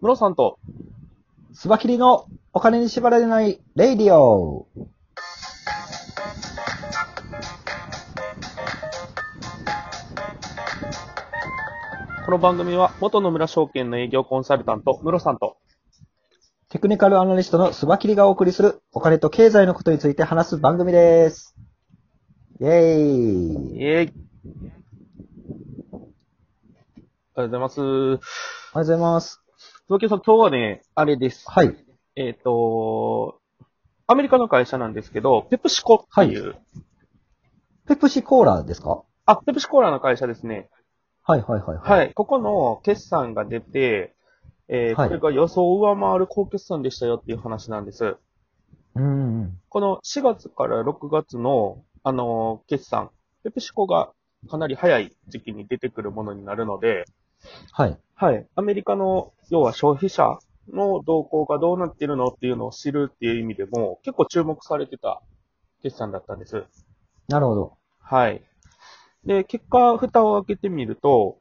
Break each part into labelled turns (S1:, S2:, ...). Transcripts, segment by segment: S1: ムロさんと、
S2: スバキリのお金に縛られないレイディオ。
S1: この番組は、元野村証券の営業コンサルタント、ムロさんと、
S2: テクニカルアナリストのスバキリがお送りするお金と経済のことについて話す番組です。イェーイ。
S1: えい。ありがとうございます。
S2: おはようございます。
S1: 東京さん、今日はね、あれです。
S2: はい。
S1: えっ、と、アメリカの会社なんですけど、ペプシコっていう、
S2: ペプシコーラですか
S1: あ、ペプシコーラの会社ですね。
S2: はいはいはいはい。
S1: はい。ここの決算が出て、えー
S2: はい
S1: これが予想を上回る高決算でしたよっていう話なんです。
S2: うんうん。
S1: この4月から6月の、あのー決算、ペプシコがかなり早い時期に出てくるものになるので、
S2: はい。
S1: はい。アメリカの、要は消費者の動向がどうなってるのっていうのを知るっていう意味でも、結構注目されてた決算だったんです。
S2: なるほど。
S1: はい。で、結果、蓋を開けてみると、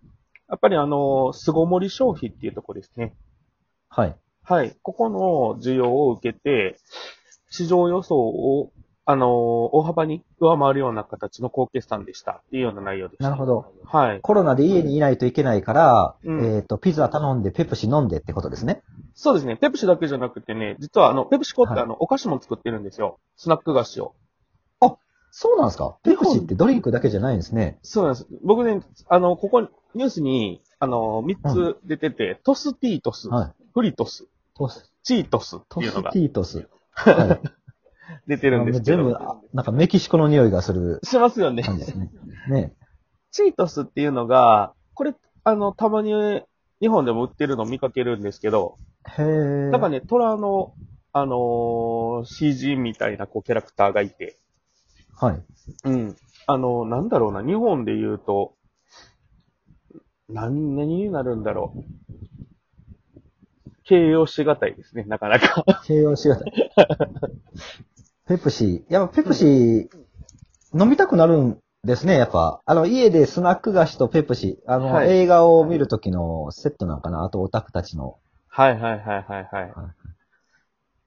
S1: やっぱりあのー、巣ごもり消費っていうところですね。
S2: はい。
S1: はい。ここの需要を受けて、市場予想を、あのー大幅に上回るような形の高決算でした。っていうような内容でした。
S2: なるほど。
S1: はい。
S2: コロナで家にいないといけないから、
S1: うん
S2: えっ、と、ピザ頼んでペプシ飲んでってことですね。
S1: そうですね。ペプシだけじゃなくてね、実はあの、ペプシコって
S2: はい
S1: あの、お菓子も作ってるんですよ。スナック菓子を。
S2: そうなんですかペプシってドリンクだけじゃないんですね。
S1: そうなんです。僕ね、あの、ここ、ニュースに、あのー、3つ出てて、トスティートス、
S2: はい。
S1: フリトス、
S2: トス、
S1: チートスっ
S2: ト
S1: てい
S2: ス
S1: うのが
S2: ティートス。はい。
S1: 出てるんですけど。
S2: 全部、あなんかメキシコの匂いがする
S1: しますよね。
S2: 感じですね。 ね。
S1: チートスっていうのが、これ、あの、たまに日本でも売ってるの見かけるんですけど、
S2: へえ。
S1: なんかね、虎の、あのー CG みたいなこうキャラクターがいて、
S2: はい。
S1: うん。あのーなんだろうな、日本で言うと、何、何になるんだろう。形容しがたいですね、なかなか。
S2: 形容しがたい。ペプシ、やっぱペプシ、飲みたくなるんですね、やっぱ。あの、家でスナック菓子とペプシ、あの、
S1: はい
S2: 映画を見るときのセットなんかな、あとオタクたちの。
S1: はいはいはいはいはい。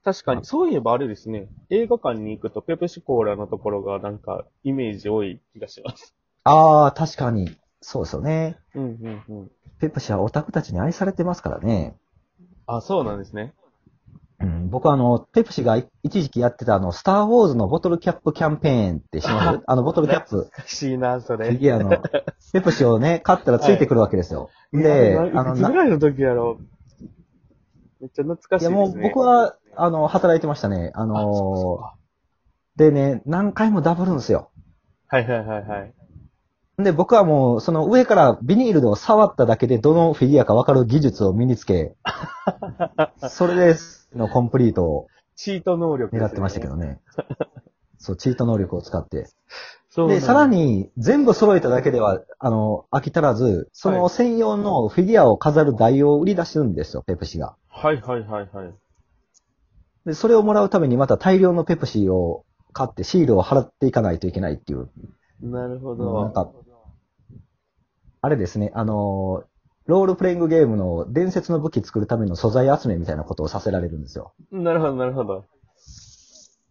S1: 確かに、そういえばあれですね、映画館に行くとペプシコーラのところがなんかイメージ多い気がします。
S2: ああ、確かに。そうですよね。
S1: うんうんうん。
S2: ペプシはオタクたちに愛されてますからね。
S1: あ、そうなんですね。
S2: うん、僕はあの、ペプシがい一時期やってたあの、スターウォーズのボトルキャップキャンペーンってし ますあの、ボトルキャップ。
S1: おかしいな、そ
S2: フィ
S1: れ。
S2: ギュアの、ペプシをね、買ったらついてくるわけですよ。で、あ
S1: あ
S2: の、
S1: の、いつぐらいの時やろう。めっちゃ懐かしいです
S2: いや
S1: ね。
S2: もう僕は、あの、働いてましたね。あ
S1: あ、そう
S2: の
S1: か
S2: でね、何回もダブるんですよ。
S1: はいはいはいはい。
S2: で、僕はもう、その上からビニールを触っただけで、どのフィギュアかわかる技術を身につけ、 それです。のコンプリートを
S1: チート能力です
S2: 狙
S1: ね
S2: ってましたけどね。そう、チート能力を使って。
S1: そうなん
S2: で、
S1: だ
S2: さら。に、全部揃えただけでは、あの、飽き足らず、そ
S1: は
S2: の
S1: い
S2: 専用のフィギュアを飾る台を売り出してるんですよ、ペプシが。
S1: はいはいはいはい。
S2: で、それをもらうためにまた大量のペプシを買ってシールを払っていかないといけないっていう。
S1: なるほ
S2: うん
S1: ど。
S2: なんかあれですね、あのー、ロールプレイングゲームの伝説の武器作るための素材集めみたいなことをさせられるんですよ。
S1: なるほどなるほど。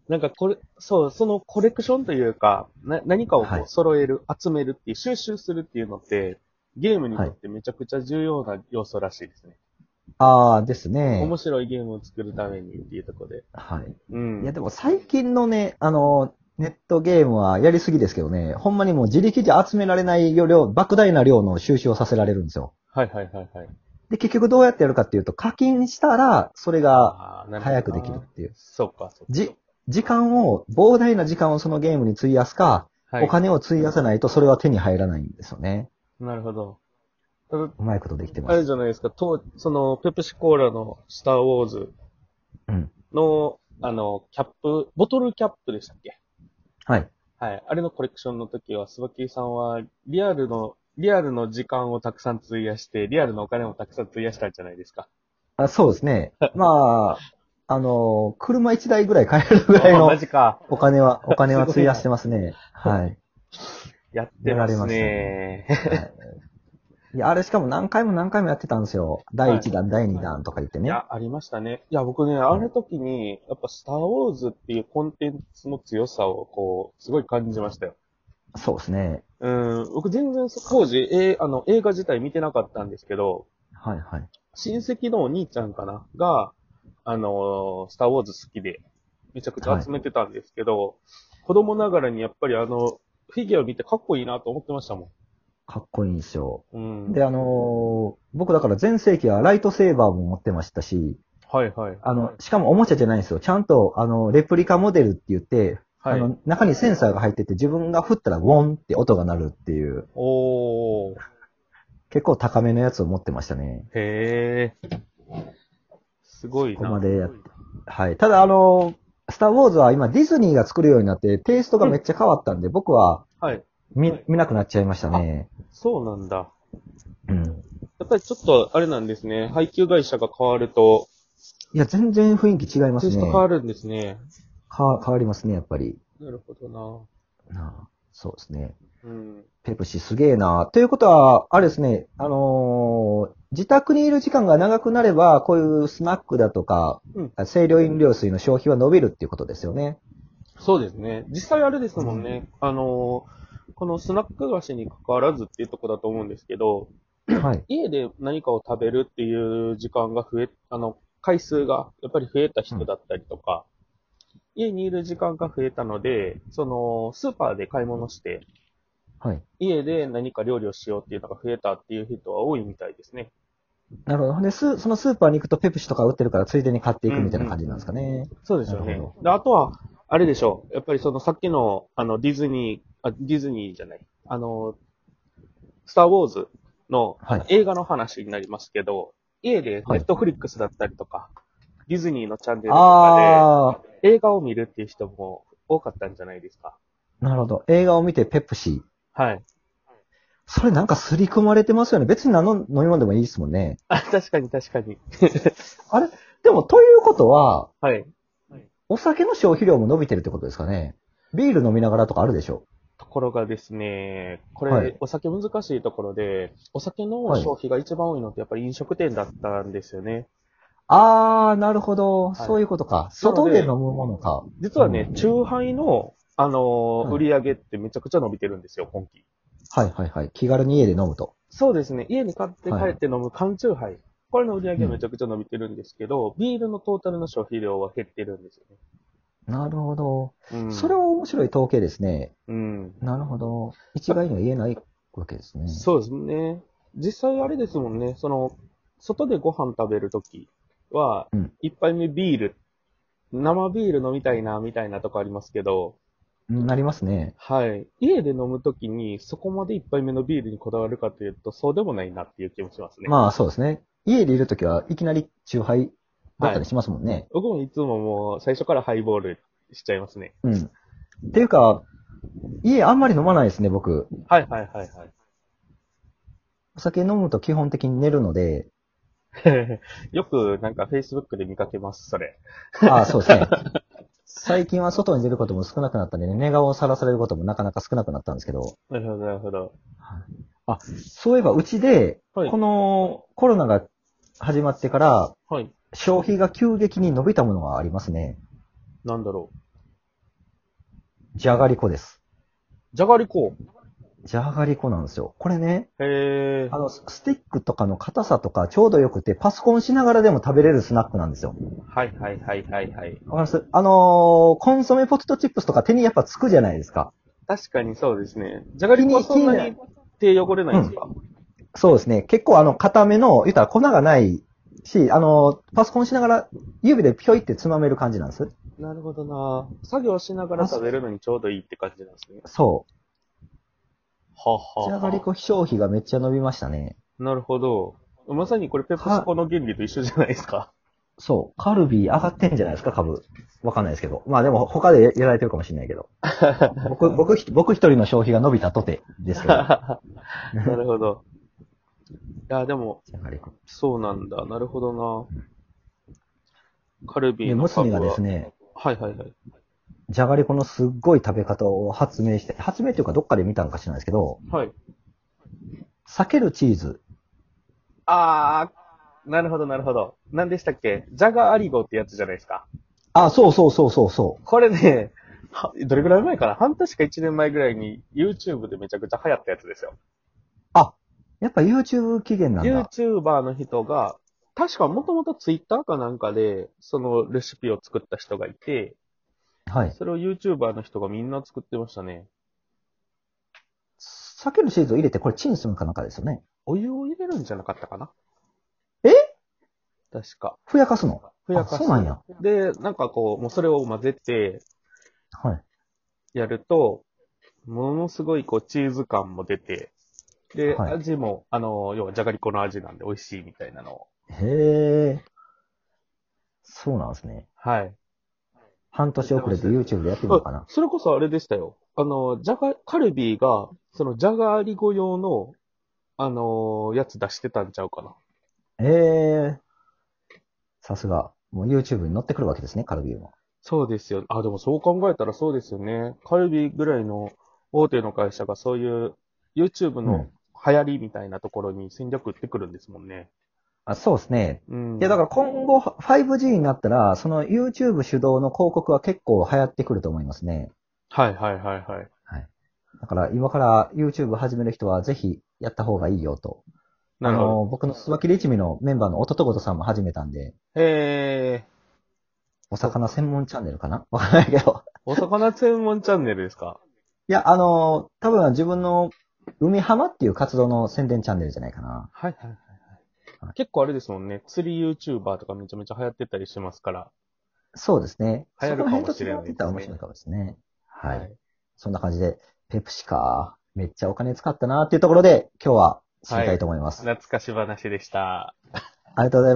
S1: なんかこれ、そう、そのコレクションというか、な何かを
S2: は
S1: こ
S2: いう
S1: 揃える、集めるっていう、収集するっていうのって、ゲームにとってめちゃくちゃ重要な要素らしいですね。
S2: ああですね
S1: 面。白いゲームを作るためにっていうところで。
S2: はい。
S1: うん。
S2: いや、でも最近のね、あのー、ネットゲームはやりすぎですけどね、ほんまにもう自力じゃ集められない量、莫大な量の収集をさせられるんですよ。
S1: はいはいはいはい。
S2: で、結局どうやってやるかっていうと、課金したら、それが
S1: ああ、なるほど
S2: 早くできるっていう。
S1: そうか、そうか。
S2: じ、時間を、膨大な時間をそのゲームに費やすか、
S1: はい
S2: お。金を費やさないとそれは手に入らないんですよね。
S1: なるほど。ただ
S2: うまいことできてま
S1: あれ
S2: す。
S1: じゃないですか、と、その、ペプシコーラのスターウォーズ
S2: うん。
S1: の、あの、キャップ、ボトルキャップでしたっけ
S2: はい。
S1: はい。あれのコレクションの時は、スバキーさんは、リアルの、リアルの時間をたくさん費やして、リアルのお金もたくさん費やしたんじゃないですか。
S2: あそうですね。まあ、あの、車1台ぐらい買えるぐら い
S1: あ
S2: の
S1: マジか。
S2: お金は、お金は費やしてますね。はい。
S1: やってます
S2: やら
S1: ね。
S2: はいいや、あれしかも何回も何回もやってたんですよ。第1弾、第2
S1: は
S2: 弾とか言って
S1: い
S2: ね。
S1: や、ありましたね。いや、僕ね、あの時に、やっぱ、スター・ウォーズっていうコンテンツの強さを、こう、すごい感じましたよ。
S2: そうですね。
S1: うん、僕全然そ、当時、えーあの、映画自体見てなかったんですけど、
S2: はいはい。
S1: 親戚のお兄ちゃんかなが、あのースターウォーズ好きで、めちゃくちゃ集めてたんですけど、子供ながらにやっぱりあの、フィギュア見てかっこいいなと思ってましたも
S2: かっこいいんですよ。
S1: ん。うん。
S2: で、あのー僕だから前世紀はライトセーバーも持ってましたし、
S1: はいはい。
S2: あの、しかもおもちゃじゃないんですよ。ちゃんと、あの、レプリカモデルって言って、
S1: はい。
S2: あの、中にセンサーが入ってて自分が振ったらウォンって音が鳴るっていう、
S1: おー、
S2: 結構高めのやつを持ってましたね。
S1: へー。すごいな。
S2: ここまでやってはい。ただ、あのースターウォーズは今ディズニーが作るようになってテイストがめっちゃ変わったんで、僕は
S1: はい。
S2: 見
S1: はい、
S2: 見なくなっちゃいましたね。
S1: そうなんだ。
S2: うん。
S1: やっぱりちょっと、あれなんですね。配給会社が変わると、
S2: いや、全然雰囲気違いま
S1: テイ
S2: す
S1: ス
S2: ね。
S1: ト変わるんですね。
S2: か変わりますね、やっぱり。
S1: なるほど
S2: なあそうですね。
S1: な。うん。
S2: ペプシすげえな。ということは、あれですね、あのー自宅にいる時間が長くなれば、こういうスナックだとか、
S1: うん
S2: あ清涼飲料水の消費は伸びるっていうことですよね。
S1: そうですね。実際あれですもんね。あのー、このスナック菓子に関わらずっていうとこだと思うんですけど、
S2: はい。
S1: 家で何かを食べるっていう時間が増え、あの、回数がやっぱり増えた人だったりとか、家にいる時間が増えたので、その、スーパーで買い物して、
S2: はい。
S1: 家で何か料理をしようっていうのが増えたっていう人は多いみたいですね。
S2: なるほど。で、すそのスーパーに行くとペプシとか売ってるから、ついでに買っていくみたいな感じなんですかね。
S1: そうですよ
S2: な
S1: ね
S2: るほ。
S1: であとは、あれでしょう。やっぱりそのさっきの、あの、ディズニー、あ、ディズニーじゃない。あの、スターウォーズの
S2: はい
S1: 映画の話になりますけど、家でネ
S2: はい
S1: ットフリックスだったりとか、ディズニーのチャンネルとか
S2: あ
S1: で映画を見るっていう人も多かったんじゃないですか。
S2: ー、なるほど。映画を見てペプシ。
S1: はい。
S2: それなんか刷り込まれてますよね。別に何の飲み物でもいいですもんね。
S1: あ、確かに確かに。
S2: でも、ということは、
S1: はい。
S2: お酒の消費量も伸びてるってことですかね。ビール飲みながらとかあるでしょ
S1: ところがですね、これ、
S2: はい
S1: お酒難しいところで、お酒の
S2: はい
S1: 消費が一番多いのってやっぱり飲食店だったんですよね。
S2: あー、なるほど。
S1: い
S2: そういうことか。
S1: なの
S2: 外
S1: で
S2: で飲むものか。
S1: 実はね、チューハイの、あのー
S2: はい
S1: 売り上げってめちゃくちゃ伸びてるんですよ、今季。
S2: はいはいはい。気軽に家で飲むと。
S1: そうですね、家に買って帰
S2: はい
S1: って飲む缶チューハイ。これの売り上げめちゃくちゃ伸びてるんですけど、ビールのトータルの消費量は減ってるんですよ
S2: なるほど。
S1: ね。うん、
S2: それは面白い統計ですね。
S1: うん。
S2: なるほど。一概には言えないわけですね。
S1: そうですね。実際あれですもんね、その、外でご飯食べるときは
S2: うん、
S1: 一杯目ビール、生ビール飲みたいな、みたいなとこありますけど、
S2: うんなりますね。
S1: はい。家で飲むときに、そこまで一杯目のビールにこだわるかというと、そうでもないなっていう気もしますね。
S2: まあそうですね。家でいるときはいきなりチューハイだったりしますもんね。
S1: 僕もいつももう最初からハイボールしちゃいますね。
S2: うん。っていうか、家あんまり飲まないですね、僕。
S1: はいはいはい
S2: お酒飲むと基本的に寝るの で、
S1: はい。 よくなんか Facebook で見かけます、それ。
S2: ああ、そうですね。最近は外に出ることも少なくなったんでね、寝顔をさらされることもなかなか少なくなったんですけど、
S1: なるほどなるほど。
S2: そういえばうちで、
S1: はい
S2: このコロナが始まってから、
S1: はい。
S2: 消費が急激に伸びたものがありますね。
S1: なんだろう。
S2: じゃがりこです。
S1: じゃがりこ。
S2: じゃがりこなんですよ。これね、
S1: へえ
S2: あ。の、ススティックとかの硬さとかちょうどよくて、パソコンしながらでも食べれるスナックなんですよ。
S1: はいはいはいはいはい。
S2: わかりますあのーコンソメポテトチップスとか手にやっぱつくじゃないですか。
S1: 確かにそうですね。じゃがりこはそんなに手汚れないんですか、
S2: そうですね。結構あの、固めの、言ったら粉がないし、あの、パソコンしながら指でピョイってつまめる感じなんです。
S1: なるほどな作業しながら食べるのにちょうどいいって感じなんですね。
S2: そ
S1: はあ
S2: う。
S1: は
S2: じ
S1: あ
S2: ゃ
S1: は
S2: がり
S1: あ。
S2: こ消費がめっちゃ伸びましたね。
S1: なるほど。まさにこれペプシコの原理と一緒じゃないですか。
S2: そう。カルビー上がってんじゃないですか、株。わかんないですけど。まあでも他でやられてるかもしれな いけど。僕、僕ひ、僕一人の消費が伸びたとてですけど。じゃ
S1: なるほど。いや、でも、
S2: がりこ。
S1: そうなんだ。なるほどな。カルビ
S2: で、
S1: ーの
S2: 娘
S1: 株
S2: が
S1: は。
S2: ですね、
S1: はいはいはい。
S2: じゃがりこのすっごい食べ方を発明して、発明というかどっかで見たのか知らないですけど、
S1: はい。
S2: 避けるチーズ、
S1: あー、なるほど、なるほど。何でしたっけジャガアリゴってやつじゃないですか。
S2: あ、そうそうそうそうそ
S1: これね、はどれぐらい前かな半年か1年前ぐらいに YouTube でめちゃくちゃ流行ったやつですよ。
S2: う。やっぱ YouTube 期限なんだ。
S1: YouTuber の人が、確かもともと Twitter かなんかで、そのレシピを作った人がいて、
S2: はい。
S1: それを YouTuber の人がみんな作ってましたね。
S2: 酒のシーズンを入れて、これチンするかなんかですよね。
S1: お湯を入れるんじゃなかったかな
S2: え
S1: 確か。
S2: ふやかすの。
S1: ふやかす
S2: あそうなんや。
S1: で、なんかこう、もうそれを混ぜて
S2: はい。
S1: やると、ものすごいこう、チーズ感も出て、で、
S2: はい
S1: 味も、あの、要はじゃがりこの味なんで美味しいみたいなのを。
S2: へえ。そうなんですね。
S1: はい。
S2: 半年遅れて YouTube でやってみようかな。
S1: それこそあれでしたよ。あの、じゃが、カルビーが、その、じゃがりこ用の、あのやつ出してたんちゃうかな。
S2: へえ。さすが。もう YouTube に載ってくるわけですね、カルビーも。
S1: そうですよ。あ、でもそう考えたらそうですよね。カルビーぐらいの大手の会社がそういう、YouTube
S2: う
S1: の
S2: ん
S1: 流行りみたいなところに戦略打ってくるんですもんね。
S2: あそうですね。
S1: うん。
S2: いや、だから今後 5G になったら、その YouTube 主導の広告は結構流行ってくると思いますね。
S1: はいはいはいはい。
S2: だから今から YouTube 始める人はぜひやった方がいいよと。
S1: なるほ
S2: あ
S1: ど。
S2: の、僕のスワキリチミのメンバーの弟ごとさんも始めたんで、
S1: えー、
S2: お魚専門チャンネルかなわからないけど。
S1: お魚専門チャンネルですか
S2: いや、あの、多分自分の海浜っていう活動の宣伝チャンネルじゃないかな。
S1: はいはいはい
S2: は
S1: 結構あれですもんね。釣り YouTuber とかめちゃめちゃ流行ってたりしますから。
S2: そうですね。
S1: 流行るかもしれない
S2: そこら辺と繋がってたら面白いかもですね。はい。
S1: はい
S2: そんな感じで、ペプシか。めっちゃお金使ったなっていうところで、今日は知りたいと思います。
S1: 懐かし話でした。
S2: ありがとうございます。